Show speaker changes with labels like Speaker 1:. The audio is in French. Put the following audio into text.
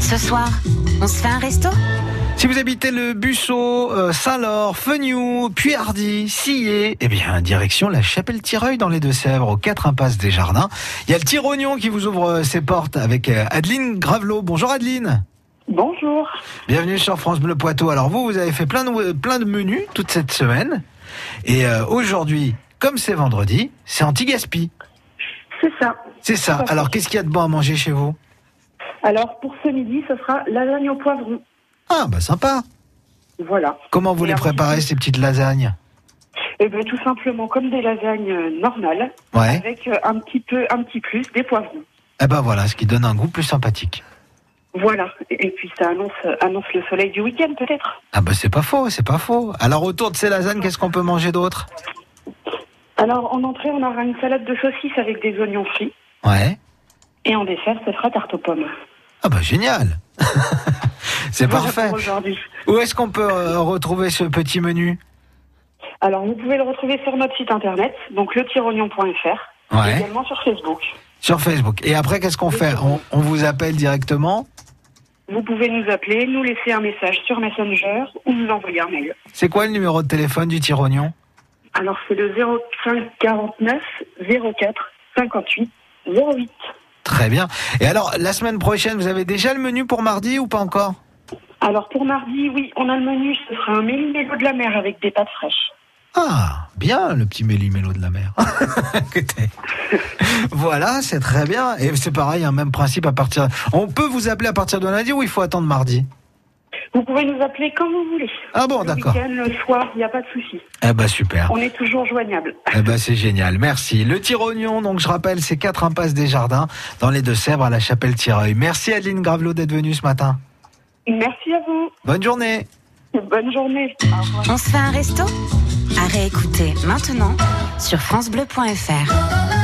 Speaker 1: Ce soir, on se fait un resto
Speaker 2: Si vous habitez le Busseau, euh, Saint-Laur, Feniou, Puy-Hardy, Sillé, eh bien, direction la Chapelle-Tireuil dans les Deux-Sèvres, aux 4 impasses des Jardins. Il y a le Tirognon qui vous ouvre euh, ses portes avec euh, Adeline Gravelot. Bonjour Adeline.
Speaker 3: Bonjour.
Speaker 2: Bienvenue sur France Bleu Poitou. Alors vous, vous avez fait plein de, plein de menus toute cette semaine. Et euh, aujourd'hui, comme c'est vendredi, c'est anti-gaspi.
Speaker 3: C'est ça.
Speaker 2: C'est ça.
Speaker 3: Tout à fait.
Speaker 2: Alors qu'est-ce qu'il y a de bon à manger chez vous
Speaker 3: Alors, pour ce midi, ce sera lasagne au poivron.
Speaker 2: Ah, bah sympa.
Speaker 3: Voilà.
Speaker 2: Comment vous
Speaker 3: Et
Speaker 2: les
Speaker 3: alors,
Speaker 2: préparez, ces petites lasagnes
Speaker 3: Et bien, ben, tout simplement comme des lasagnes euh, normales,
Speaker 2: Ouais.
Speaker 3: avec euh, un petit peu, un petit plus, des poivrons.
Speaker 2: Eh ben voilà, ce qui donne un goût plus sympathique.
Speaker 3: Voilà. Et et puis, ça annonce, euh, annonce le soleil du week-end, peut-être.
Speaker 2: Ah bah c'est pas faux, c'est pas faux. Alors autour de ces lasagnes, qu'est-ce qu'on peut manger d'autre
Speaker 3: Alors, en entrée, on aura une salade de saucisses avec des oignons frits.
Speaker 2: Ouais.
Speaker 3: Et en dessert, ce sera tarte aux pommes.
Speaker 2: Ah bah génial. c'est
Speaker 3: Voilà
Speaker 2: parfait.
Speaker 3: pour aujourd'hui.
Speaker 2: Où est-ce qu'on peut euh, retrouver ce petit menu
Speaker 3: Alors, vous pouvez le retrouver sur notre site internet, donc letirognon.fr, et
Speaker 2: Ouais.
Speaker 3: également sur Facebook.
Speaker 2: Sur Facebook. Et après, qu'est-ce qu'on fait on, on vous appelle directement
Speaker 3: Vous pouvez nous appeler, nous laisser un message sur Messenger ou nous envoyer un mail.
Speaker 2: C'est quoi le numéro de téléphone du Tirognon
Speaker 3: Alors c'est le 05 49 04 58 08.
Speaker 2: Très bien. Et alors, la semaine prochaine, vous avez déjà le menu pour mardi ou pas encore
Speaker 3: Alors pour mardi, oui, on a le menu, ce sera un méli-mélo de la mer avec des pâtes fraîches.
Speaker 2: Ah, bien, le petit méli-mélo de la mer. Écoutez. voilà, c'est très bien. Et c'est pareil, un même principe à partir. On peut vous appeler à partir de lundi ou il faut attendre mardi
Speaker 3: Vous pouvez nous appeler quand vous voulez.
Speaker 2: Ah bon,
Speaker 3: le
Speaker 2: d'accord.
Speaker 3: week-end, le soir, il n'y a pas de souci.
Speaker 2: Eh ben, super.
Speaker 3: On est toujours joignable.
Speaker 2: Eh ben, c'est génial. Merci. Le Tirognon, donc, je rappelle, c'est 4 impasses des jardins dans les Deux-Sèvres à la Chapelle Tireuil. Merci, Adeline Gravelot, d'être venue ce matin.
Speaker 3: Merci à vous.
Speaker 2: Bonne journée.
Speaker 3: Bonne journée. Au revoir.
Speaker 1: On se fait un resto À réécouter maintenant sur FranceBleu.fr.